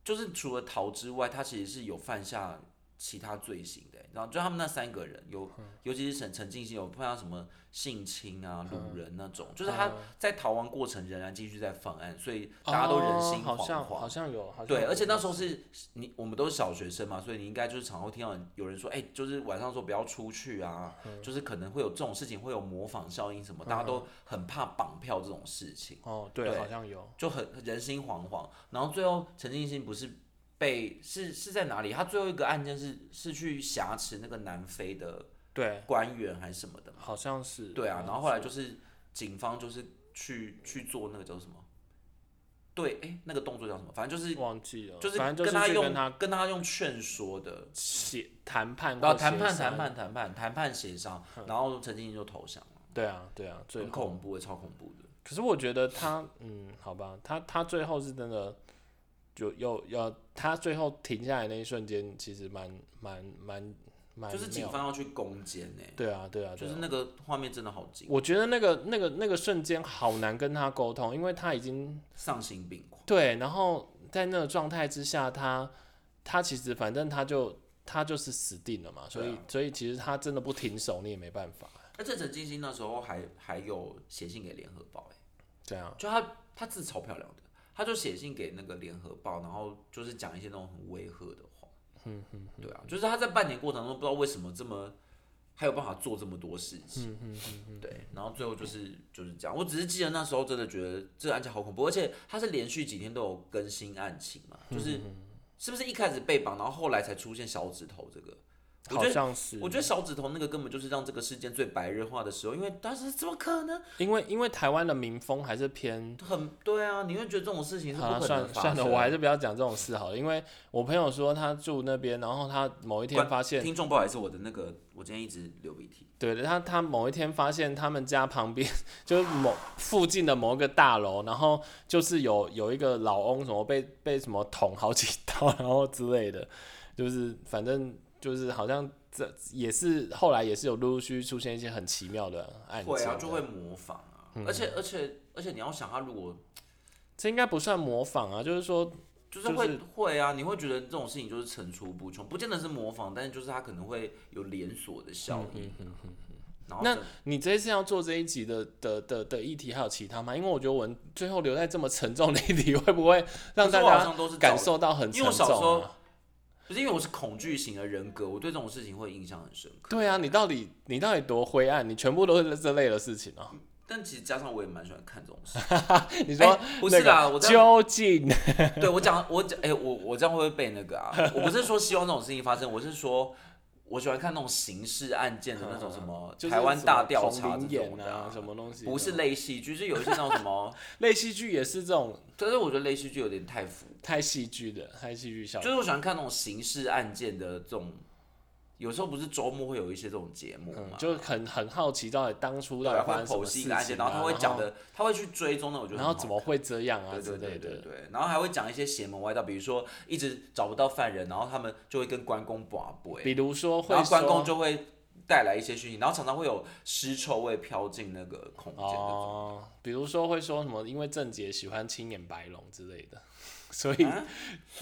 Speaker 2: 就是除了逃之外，他其实是有犯下其他罪行的、欸然后就他们那三个人有，
Speaker 1: 嗯
Speaker 2: 尤其是沈陈静心有碰到什么性侵啊、
Speaker 1: 嗯
Speaker 2: 掳人那种，就是他在逃亡过程仍然继续在犯案，所以大家都人心
Speaker 1: 哦
Speaker 2: 惶
Speaker 1: 好像好
Speaker 2: 惶。
Speaker 1: 像有，好像
Speaker 2: 对，
Speaker 1: 有
Speaker 2: 而且那时候是你我们都是小学生嘛，所以你应该就是常会听到有人说，哎、就是晚上说不要出去啊，
Speaker 1: 嗯
Speaker 2: 就是可能会有这种事情，会有模仿效应什么，大家都很怕绑票这种事情。
Speaker 1: 哦，对，
Speaker 2: 对
Speaker 1: 好像有，
Speaker 2: 就很人心惶惶。然后最后陈进兴不是被是是在哪里？他最后一个案件是是去挟持那个南非的
Speaker 1: 对，
Speaker 2: 官员还是什么的嘛？
Speaker 1: 好像是。
Speaker 2: 对啊，
Speaker 1: 好像
Speaker 2: 然后后来
Speaker 1: 嗯是
Speaker 2: 就是警方就是去去做那个叫什么？对，哎，那个动作叫什么？反正就是
Speaker 1: 忘记了，
Speaker 2: 就是
Speaker 1: 反正就
Speaker 2: 跟他
Speaker 1: 去
Speaker 2: 用
Speaker 1: 跟他
Speaker 2: 跟他用劝说的，
Speaker 1: 协谈判
Speaker 2: 然
Speaker 1: 或
Speaker 2: 后啊谈判
Speaker 1: 协商
Speaker 2: 谈，判谈判谈判协商，然后陈进兴就投降了，
Speaker 1: 对啊对啊，最
Speaker 2: 很
Speaker 1: 后。
Speaker 2: 恐怖欸的，超恐怖的。
Speaker 1: 可是我觉得他，嗯，好吧，他他最后是真的就又要他最后停下来那一瞬间，其实蛮蛮蛮蛮
Speaker 2: 就是警
Speaker 1: 妙
Speaker 2: 方要去攻坚呢、
Speaker 1: 对啊对啊，
Speaker 2: 就
Speaker 1: 对啊
Speaker 2: 是那个画面真的好紧，
Speaker 1: 我觉得那个那个那个瞬间好难跟他沟通，因为他已经
Speaker 2: 丧心病狂。
Speaker 1: 对，然后在那个状态之下，他他其实反正他就他就是死定了嘛，所以、
Speaker 2: 对啊
Speaker 1: 所以其实他真的不停手你也没办法，
Speaker 2: 而且陈金星那时候还还有写信给联合报、欸，
Speaker 1: 这样
Speaker 2: 就他他字超漂亮的，他就写信给那个联合报，然后就是讲一些那种很威吓的话。嗯嗯，对啊，就是他在半年过程中不知道为什么这么还有办法做这么多事情。嗯嗯嗯，对，然后最后就是就是这样。我只是记得那时候真的觉得这个案件好恐怖，而且他是连续几天都有更新案情嘛，就是是不是一开始被绑，然后后来才出现小指头这个。我觉
Speaker 1: 好
Speaker 2: 得
Speaker 1: 像是，
Speaker 2: 我觉得小指头那个根本就是让这个事件最白热化的时候，因为当时怎么可能？
Speaker 1: 因为因为台湾的民风还是偏。
Speaker 2: 很对啊，你会觉得这种事情是
Speaker 1: 好了，
Speaker 2: 不可能
Speaker 1: 算
Speaker 2: 发
Speaker 1: 啊算
Speaker 2: 生的。啊
Speaker 1: 了，我还是不要讲这种事好了，因为我朋友说他住那边，然后他某一天
Speaker 2: 关
Speaker 1: 发现，
Speaker 2: 听众不好意思，我的那个我今天一直流鼻涕，
Speaker 1: 对他他某一天发现他们家旁边 就是某附近的某一个大楼，然后就是有有一个老翁什么被被什么捅好几刀，然后之类的，就是反正就是好像这也是后来也是有陆陆续续出现一些很奇嗯妙的案件，
Speaker 2: 会啊就会模仿啊，而且而且而且你要想他如果
Speaker 1: 这应该不算模仿啊，就是说
Speaker 2: 就是
Speaker 1: 就是
Speaker 2: 会、会啊，你会觉得这种事情就是层出不穷，不见得是模仿，但是就是他可能会有连锁的效
Speaker 1: 嗯
Speaker 2: 应、啊。然后
Speaker 1: 那
Speaker 2: 这
Speaker 1: 你这次要做这一集的的的的议题还有其他吗？因为我觉得我们最后留在这么沉重的议题， 会不会让
Speaker 2: 可
Speaker 1: 大
Speaker 2: 是我好
Speaker 1: 家
Speaker 2: 像都是
Speaker 1: 感
Speaker 2: 找
Speaker 1: 受到很
Speaker 2: 因
Speaker 1: 沉
Speaker 2: 为我小时
Speaker 1: 重、
Speaker 2: 候
Speaker 1: 啊？
Speaker 2: 不是因为我是恐惧型的人格，我对这种事情会印象很深刻。
Speaker 1: 对啊，你到底你到底多灰暗？你全部都是这类的事情哦、
Speaker 2: 但其实加上我也蛮喜欢看这种事。
Speaker 1: 你
Speaker 2: 你
Speaker 1: 说、
Speaker 2: 哎不是啦，我这样
Speaker 1: 究竟？
Speaker 2: 对我讲我讲哎、我我这样会不会被那个啊？我不是说希望这种事情发生，我是说我喜欢看那种刑事案件的那哦种什么
Speaker 1: 嗯就是
Speaker 2: 台湾
Speaker 1: 什么
Speaker 2: 大调查
Speaker 1: 丛
Speaker 2: 这
Speaker 1: 林
Speaker 2: 种
Speaker 1: 演
Speaker 2: 的啊、
Speaker 1: 啊，什么东西的？
Speaker 2: 不是类戏剧，就是有一些那种 什么，
Speaker 1: 类戏剧也是这种
Speaker 2: 但是我觉得类戏剧有点太浮，
Speaker 1: 太戏剧的，太戏剧效
Speaker 2: 就是我喜欢看那种刑事案件的这种，有时候不是周末会有一些这种节目
Speaker 1: 嗯
Speaker 2: 嘛，，
Speaker 1: 就很很好奇到底当初到
Speaker 2: 对啊，
Speaker 1: 底
Speaker 2: 会
Speaker 1: 发生什
Speaker 2: 剖
Speaker 1: 么
Speaker 2: 析
Speaker 1: 事情、
Speaker 2: 一个
Speaker 1: 啊，
Speaker 2: 案件，然后他会讲的，他会去追踪的，我觉得
Speaker 1: 然后，然后
Speaker 2: 很好
Speaker 1: 怎么会这样啊
Speaker 2: 对
Speaker 1: 之
Speaker 2: 对
Speaker 1: 类
Speaker 2: 对
Speaker 1: 的
Speaker 2: 对。对，然后还会讲一些邪门歪道，比如说一直找不到犯人，然后他们就会跟关公把
Speaker 1: 比
Speaker 2: 杯，
Speaker 1: 如说会
Speaker 2: 然后关公
Speaker 1: 说
Speaker 2: 就会带来一些讯息，然后常常会有尸臭味飘进那个空间那种。
Speaker 1: 哦，比如说会说什么，因为郑杰喜欢青眼白龙之类的， 所以、
Speaker 2: 啊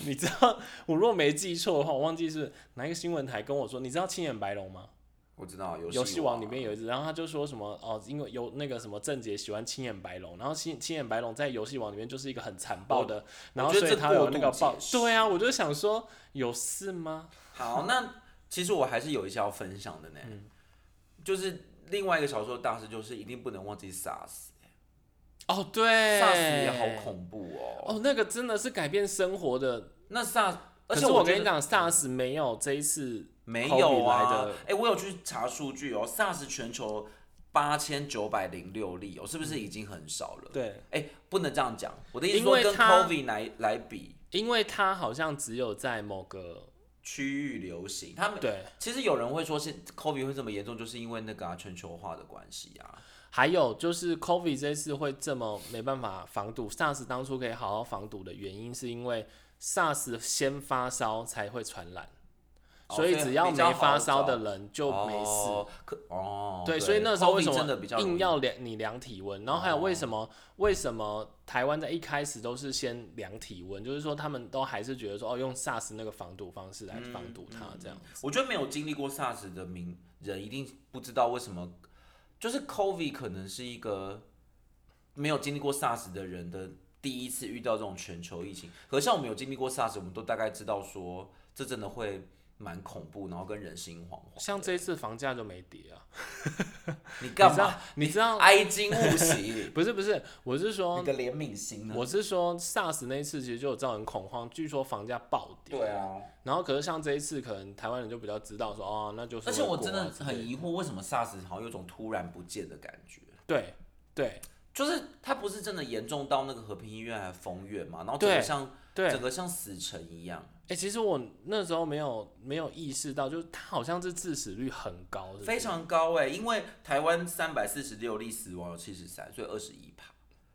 Speaker 1: 你知道，我如果没记错的话，我忘记是哪一个新闻台跟我说，你知道青眼白龙吗？
Speaker 2: 我知道
Speaker 1: 游
Speaker 2: 戏
Speaker 1: 戏
Speaker 2: 王
Speaker 1: 王里面有一只，然后他就说什么哦，因为有那个什么郑杰喜欢青眼白龙，然后青青眼白龙在游戏王里面就是一个很残暴的，然后
Speaker 2: 我觉
Speaker 1: 所
Speaker 2: 得
Speaker 1: 以
Speaker 2: 这
Speaker 1: 他有
Speaker 2: 过
Speaker 1: 那
Speaker 2: 度
Speaker 1: 个暴
Speaker 2: 解，释
Speaker 1: 对啊，我就想说有事吗？
Speaker 2: 好，那其实我还是有一些要分享的呢，
Speaker 1: 嗯
Speaker 2: 就是另外一个小说大师，就是一定不能忘记 SARS，SARS
Speaker 1: 哦，对
Speaker 2: 也好恐怖哦。
Speaker 1: 哦，那个真的是改变生活的，
Speaker 2: 那 SARS，
Speaker 1: 可
Speaker 2: 而且
Speaker 1: 是我
Speaker 2: 觉
Speaker 1: 跟你
Speaker 2: 得
Speaker 1: 讲，SARS 没有这一次
Speaker 2: 没
Speaker 1: COVID
Speaker 2: 有
Speaker 1: 来
Speaker 2: 啊
Speaker 1: 的，
Speaker 2: 哎、我有去查数据哦，SARS 全球八千九百零六例哦，是不是已经很少了？
Speaker 1: 嗯对，
Speaker 2: 哎、不能这样讲，我的意思
Speaker 1: 因
Speaker 2: 说
Speaker 1: 为
Speaker 2: 跟
Speaker 1: 它
Speaker 2: COVID 来来比，
Speaker 1: 因为它好像只有在某个
Speaker 2: 区域流行，他们
Speaker 1: 对，
Speaker 2: 其实有人会说是 COVID 会这么严重，就是因为那个啊全球化的关系啊，
Speaker 1: 还有就是 COVID 这次会这么没办法防堵，SARS 当初可以好好防堵的原因，是因为 SARS 先发烧才会传染，
Speaker 2: 哦
Speaker 1: 所以只要
Speaker 2: 比较
Speaker 1: 没
Speaker 2: 好
Speaker 1: 发烧
Speaker 2: 找
Speaker 1: 的人就没事。
Speaker 2: 哦可哦，
Speaker 1: 对，所以那时候为什
Speaker 2: COVID 真的比较
Speaker 1: 么
Speaker 2: 容
Speaker 1: 硬
Speaker 2: 易哦
Speaker 1: 要量你量体温？然后还有为什么、为什么台湾在一开始都是先量体温？就是说他们都还是觉得说哦，用 SARS 那个防毒方式来
Speaker 2: 嗯
Speaker 1: 防毒它这样子。
Speaker 2: 我觉得没有经历过 SARS 的民人一定不知道为什么，就是 COVID 可能是一个没有经历过 SARS 的人的第一次遇到这种全球疫情。可像我们有经历过 SARS，我们都大概知道说这真的会蛮恐怖，然后跟人心惶惶。
Speaker 1: 像这一次房价就没跌啊，
Speaker 2: 你
Speaker 1: 你
Speaker 2: 干
Speaker 1: 知道
Speaker 2: 嘛？？
Speaker 1: 你知道？，
Speaker 2: 哀矜勿喜
Speaker 1: 不是不是，我是说
Speaker 2: 你，的怜悯心啊呢？
Speaker 1: 我是说 SARS 那一次其实就有造成恐慌，据说房价暴跌。
Speaker 2: 对。啊，
Speaker 1: 然后可是像这一次，可能台湾人就比较知道说哦，那就是
Speaker 2: 而且
Speaker 1: 会
Speaker 2: 我
Speaker 1: 过
Speaker 2: 真
Speaker 1: 啊
Speaker 2: 的
Speaker 1: 之类
Speaker 2: 很疑惑，为什么 SARS 好像有种突然不见的感觉。
Speaker 1: 对对
Speaker 2: 就是它不是真的严重到那个和平医院还封院嘛，然后整个
Speaker 1: 对
Speaker 2: 像
Speaker 1: 对，
Speaker 2: 整个像死城一样，
Speaker 1: 哎、其实我那时候没有没有意识到，就是它好像是致死率很高，是不是
Speaker 2: 非常高哎、因为台湾三百四十六例死亡有七十三，所以二十一趴，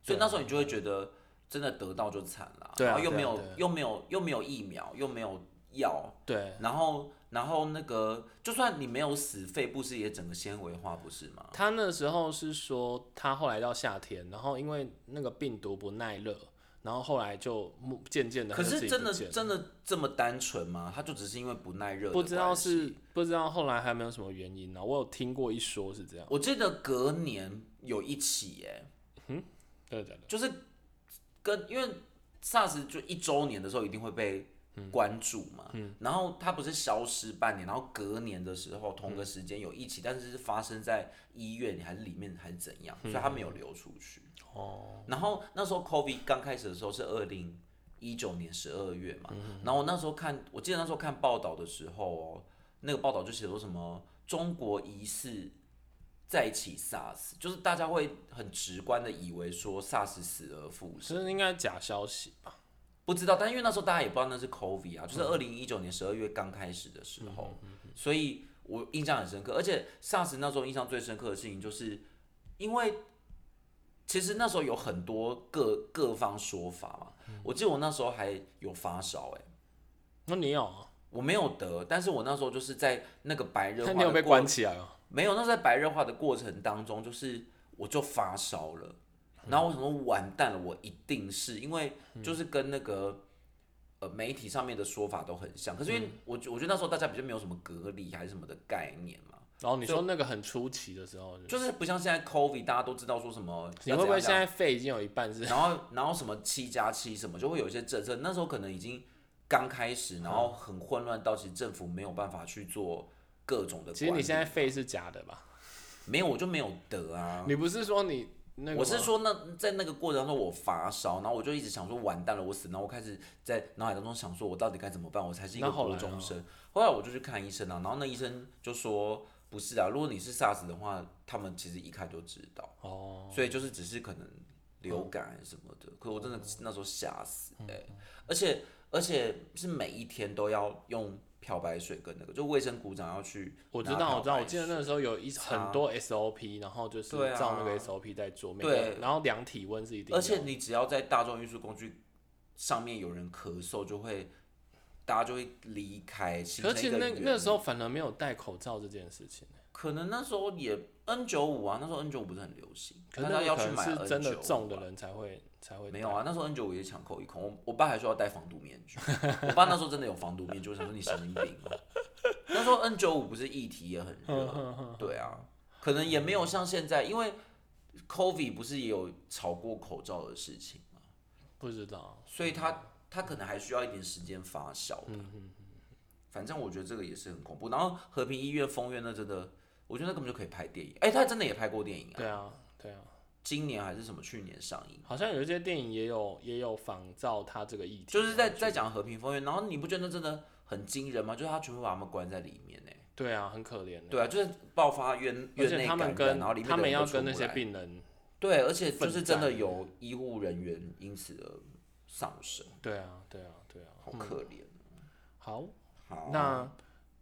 Speaker 2: 所以那时候你就会觉得真的得到就惨了，
Speaker 1: 啊对啊
Speaker 2: 然后又没有、
Speaker 1: 对啊对啊
Speaker 2: 又没有又没有疫苗，又没有药，
Speaker 1: 对，啊
Speaker 2: 然后然后那个就算你没有死，肺部是也整个纤维化不是吗？
Speaker 1: 他那时候是说他后来到夏天，然后因为那个病毒不耐热，然后后来就木渐渐的，
Speaker 2: 可是真的
Speaker 1: 不见
Speaker 2: 真的这么单纯吗？它就只是因为不耐热的
Speaker 1: 不知道
Speaker 2: 关系
Speaker 1: 是不知道后来还有没有什么原因呢、我有听过一说是这样，
Speaker 2: 我记得隔年有一起哎、
Speaker 1: 对对对，
Speaker 2: 就是跟因为 SARS 就一周年的时候一定会被关注嘛，然后它不是消失半年，然后隔年的时候同个时间有一起，但是是发生在医院还是里面还是怎样，所以它没有流出去。
Speaker 1: 哦，
Speaker 2: 然后那时候 COVID 刚开始的时候是二零一九年十二月嘛，然后我那时候看，我记得那时候看报道的时候哦，那个报道就写说什么中国疑似再起 SARS，就是大家会很直观的以为说 SARS 死而复
Speaker 1: 其
Speaker 2: 生，
Speaker 1: 实应该假消息吧，
Speaker 2: 不知道，但因为那时候大家也不知道那是 COVID 啊，就是二零一九年十二月刚开始的时候，所以我印象很深刻。而且 SARS 那时候印象最深刻的事情，就是因为其实那时候有很多各各方说法嘛。我记得我那时候还有发烧，哎，
Speaker 1: 那你有啊？
Speaker 2: 我没有得，但是我那时候就是在那个白热化
Speaker 1: 那
Speaker 2: 的
Speaker 1: 你有被
Speaker 2: 过
Speaker 1: 关起来哦？
Speaker 2: 没有，那在白热化的过程当中，就是我就发烧了，
Speaker 1: 嗯
Speaker 2: 然后我想说完蛋了，我一定是因为就是跟那个呃媒体上面的说法都很像，可是
Speaker 1: 嗯
Speaker 2: 因为我觉我觉得那时候大家比较没有什么隔离还是什么的概念嘛，
Speaker 1: 然后哦你说那个很出奇的时候，就
Speaker 2: 就是不像现在 COVID 大家都知道说什么
Speaker 1: 嗯你会不会
Speaker 2: 要怎
Speaker 1: 现在
Speaker 2: 样
Speaker 1: 肺已经有一半是？
Speaker 2: 然后然后什么七加七什么，就会有一些政策。那时候可能已经刚开始，然
Speaker 1: 嗯
Speaker 2: 后很混乱到其实政府没有办法去做各种的管理。
Speaker 1: 其实你现在肺是假的吧？
Speaker 2: 没有，我就没有得啊。
Speaker 1: 你不是说你那个吗？
Speaker 2: 我是说那在那个过程当中我发烧，然后我就一直想说完蛋了，我死，然后我开始在脑海当中想说我到底该怎么办，我才是一个
Speaker 1: 那后来
Speaker 2: 国
Speaker 1: 呢
Speaker 2: 中生。后来我就去看医生啊，然后那医生就说不是啊，如果你是 SARS 的话，他们其实一看就知道，
Speaker 1: 哦，嗯
Speaker 2: 所以就是只是可能流感还是什么的。可我真
Speaker 1: 哦
Speaker 2: 的那时候吓死哎、而且而且是每一天都要用漂白水跟那个，就卫生股长要去
Speaker 1: 我知
Speaker 2: 拿
Speaker 1: 道，我知道，
Speaker 2: 漂白
Speaker 1: 我记得那
Speaker 2: 水
Speaker 1: 个时候有一
Speaker 2: 擦
Speaker 1: 很多 SOP，然后就是
Speaker 2: 对啊
Speaker 1: 照那个 SOP 在做，每个人
Speaker 2: 对
Speaker 1: 然后量体温是一定要，
Speaker 2: 而且你只要在大众运输工具上面有人咳嗽，就会大家就会离开。形
Speaker 1: 可是
Speaker 2: 成
Speaker 1: 其
Speaker 2: 一
Speaker 1: 实
Speaker 2: 个
Speaker 1: 那
Speaker 2: 圆
Speaker 1: 那时候反而没有戴口罩这件事情，
Speaker 2: 可能那时候也 N 九五啊，那时候 N 九五不是很流行，
Speaker 1: 可是
Speaker 2: 大
Speaker 1: 那
Speaker 2: 家
Speaker 1: 个
Speaker 2: 要
Speaker 1: 可
Speaker 2: 去
Speaker 1: 能
Speaker 2: 买 N
Speaker 1: 是真的中的
Speaker 2: 9
Speaker 1: 人才会才会
Speaker 2: 没有
Speaker 1: 戴，
Speaker 2: 啊，那时候 N 九五也抢购一空，我我爸还说要戴防毒面 具，我爸那时候真的有防毒面具，我想说你神经病啊。那时候 N 九五不是议题也很
Speaker 1: 嗯
Speaker 2: 热，对啊，可能也没有像现在，因为 COVID 不是也有炒过口罩的事情。
Speaker 1: 不知道，
Speaker 2: 所以他他可能还需要一点时间发酵吧。
Speaker 1: 嗯
Speaker 2: 反正我觉得这个也是很恐怖。然后和平医院封院那真的，我觉得那根本就可以拍电影。哎、他真的也拍过电影啊，
Speaker 1: 对啊对啊，
Speaker 2: 今年还是什么去年上映，
Speaker 1: 好像有一些电影也有也有仿照他这个议题，
Speaker 2: 就是在在讲和平封院。然后你不觉得那真的很惊人吗？就是他全部把他们关在里面呢、
Speaker 1: 对啊，很可怜的，
Speaker 2: 对啊，就是爆发院
Speaker 1: 而
Speaker 2: 院
Speaker 1: 且
Speaker 2: 内
Speaker 1: 他
Speaker 2: 感
Speaker 1: 们
Speaker 2: 染，
Speaker 1: 跟
Speaker 2: 然后里面
Speaker 1: 他
Speaker 2: 的
Speaker 1: 们
Speaker 2: 人
Speaker 1: 要
Speaker 2: 都出
Speaker 1: 跟那
Speaker 2: 不
Speaker 1: 些
Speaker 2: 来
Speaker 1: 病人，
Speaker 2: 对，而且就是
Speaker 1: 奋
Speaker 2: 真的
Speaker 1: 战
Speaker 2: 有医护人员因此而丧生，
Speaker 1: 对啊对啊对啊，
Speaker 2: 好可哦怜。
Speaker 1: 好，
Speaker 2: 好，
Speaker 1: 那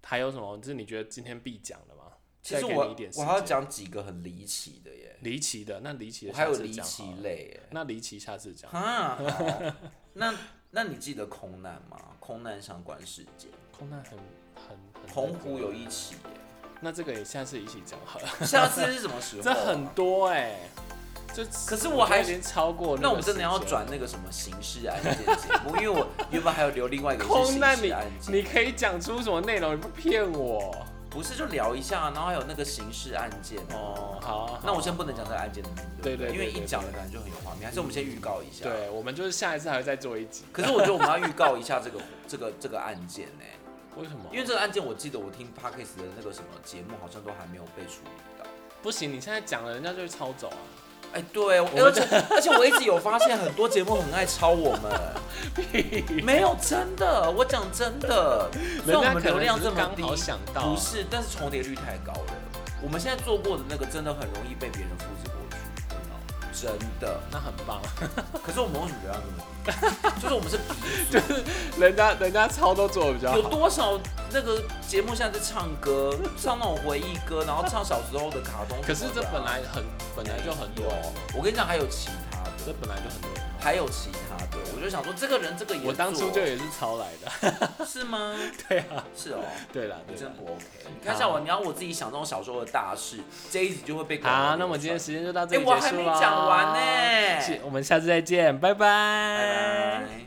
Speaker 1: 还有什么是你觉得今天必讲的吗？
Speaker 2: 其实
Speaker 1: 再给
Speaker 2: 我
Speaker 1: 你一点时
Speaker 2: 我还要
Speaker 1: 间
Speaker 2: 讲几个很离奇的耶，
Speaker 1: 离奇的，那离奇
Speaker 2: 我
Speaker 1: 的
Speaker 2: 还有
Speaker 1: 下次
Speaker 2: 离
Speaker 1: 讲
Speaker 2: 奇
Speaker 1: 好了
Speaker 2: 类耶。
Speaker 1: 那离奇下次讲。
Speaker 2: 啊， 好那那你记得空难吗？空难相关事件，
Speaker 1: 空难很很很
Speaker 2: 澎湖有一起 耶，
Speaker 1: 那这个也下次一起讲好了，
Speaker 2: 下次是什么时候、啊
Speaker 1: 这很，多哎、这
Speaker 2: 可是我
Speaker 1: 我觉得
Speaker 2: 还
Speaker 1: 已经超过
Speaker 2: 那
Speaker 1: 个
Speaker 2: 我们真的要
Speaker 1: 时间
Speaker 2: 转那个什么刑事案件节 目，因为我原本还有留另外一个是
Speaker 1: 空
Speaker 2: 刑
Speaker 1: 难
Speaker 2: 事
Speaker 1: 你
Speaker 2: 案件，
Speaker 1: 你可以讲出什么内容？你不骗我
Speaker 2: 不是就聊一下，然后还有那个刑事案件
Speaker 1: 哦。好啊，好啊
Speaker 2: 那我先不能讲这个案件的名字，
Speaker 1: 对
Speaker 2: 不
Speaker 1: 对对
Speaker 2: 因为
Speaker 1: 对
Speaker 2: 一讲的感觉就很有画面，还是我们先预告一下。，
Speaker 1: 对，我们就是下一次还会再做一集。
Speaker 2: 可是我觉得我们要预告一下这个这个这个案件呢、
Speaker 1: 为什么？
Speaker 2: 因为这个案件我记得我听 Parkes 的那个什么节目好像都还没有被处理到。
Speaker 1: 不行，你现在讲了，人家就会抄走啊。
Speaker 2: 哎、对，我而且而且我一直有发现很多节目很爱抄我们， 没有真的，我讲真的，虽
Speaker 1: 人
Speaker 2: 然我
Speaker 1: 家
Speaker 2: 们
Speaker 1: 可
Speaker 2: 流
Speaker 1: 能
Speaker 2: 量
Speaker 1: 只
Speaker 2: 这
Speaker 1: 是
Speaker 2: 么
Speaker 1: 刚
Speaker 2: 低，
Speaker 1: 好想到啊，
Speaker 2: 不是，但是重叠率太高了。我们现在做过的那个真的很容易被别人复制过去，真的。
Speaker 1: 那很棒。
Speaker 2: 可是我们为什么流量这么 低？就是我们是鼻祖，
Speaker 1: 人家人家抄都做的比较
Speaker 2: 有
Speaker 1: 好。
Speaker 2: 多少那个节目现在在唱歌，唱那种回忆歌，然后唱小时候的卡通什么的啊。
Speaker 1: 可是这本来很本来就很多人
Speaker 2: 有，我跟你讲，还有其他
Speaker 1: 这
Speaker 2: 的，
Speaker 1: 本来就很多人。
Speaker 2: 还有其他的，我就想说这个人这个也
Speaker 1: 我当初
Speaker 2: 做
Speaker 1: 就也是抄来 的。
Speaker 2: 是吗？
Speaker 1: 对啊，
Speaker 2: 是哦。
Speaker 1: 对啦，
Speaker 2: 你
Speaker 1: 对
Speaker 2: 真
Speaker 1: 啦。
Speaker 2: 不 OK！你看像我，你要我自己想这种小时候的大事，这一集就会被搞
Speaker 1: 好，
Speaker 2: 到
Speaker 1: 那我们今天
Speaker 2: 流
Speaker 1: 时间就到这
Speaker 2: 传
Speaker 1: 里
Speaker 2: 哎，我
Speaker 1: 结
Speaker 2: 还
Speaker 1: 束
Speaker 2: 没
Speaker 1: 了。
Speaker 2: 讲完呢、
Speaker 1: 是我们下次再见，拜拜。
Speaker 2: 拜拜。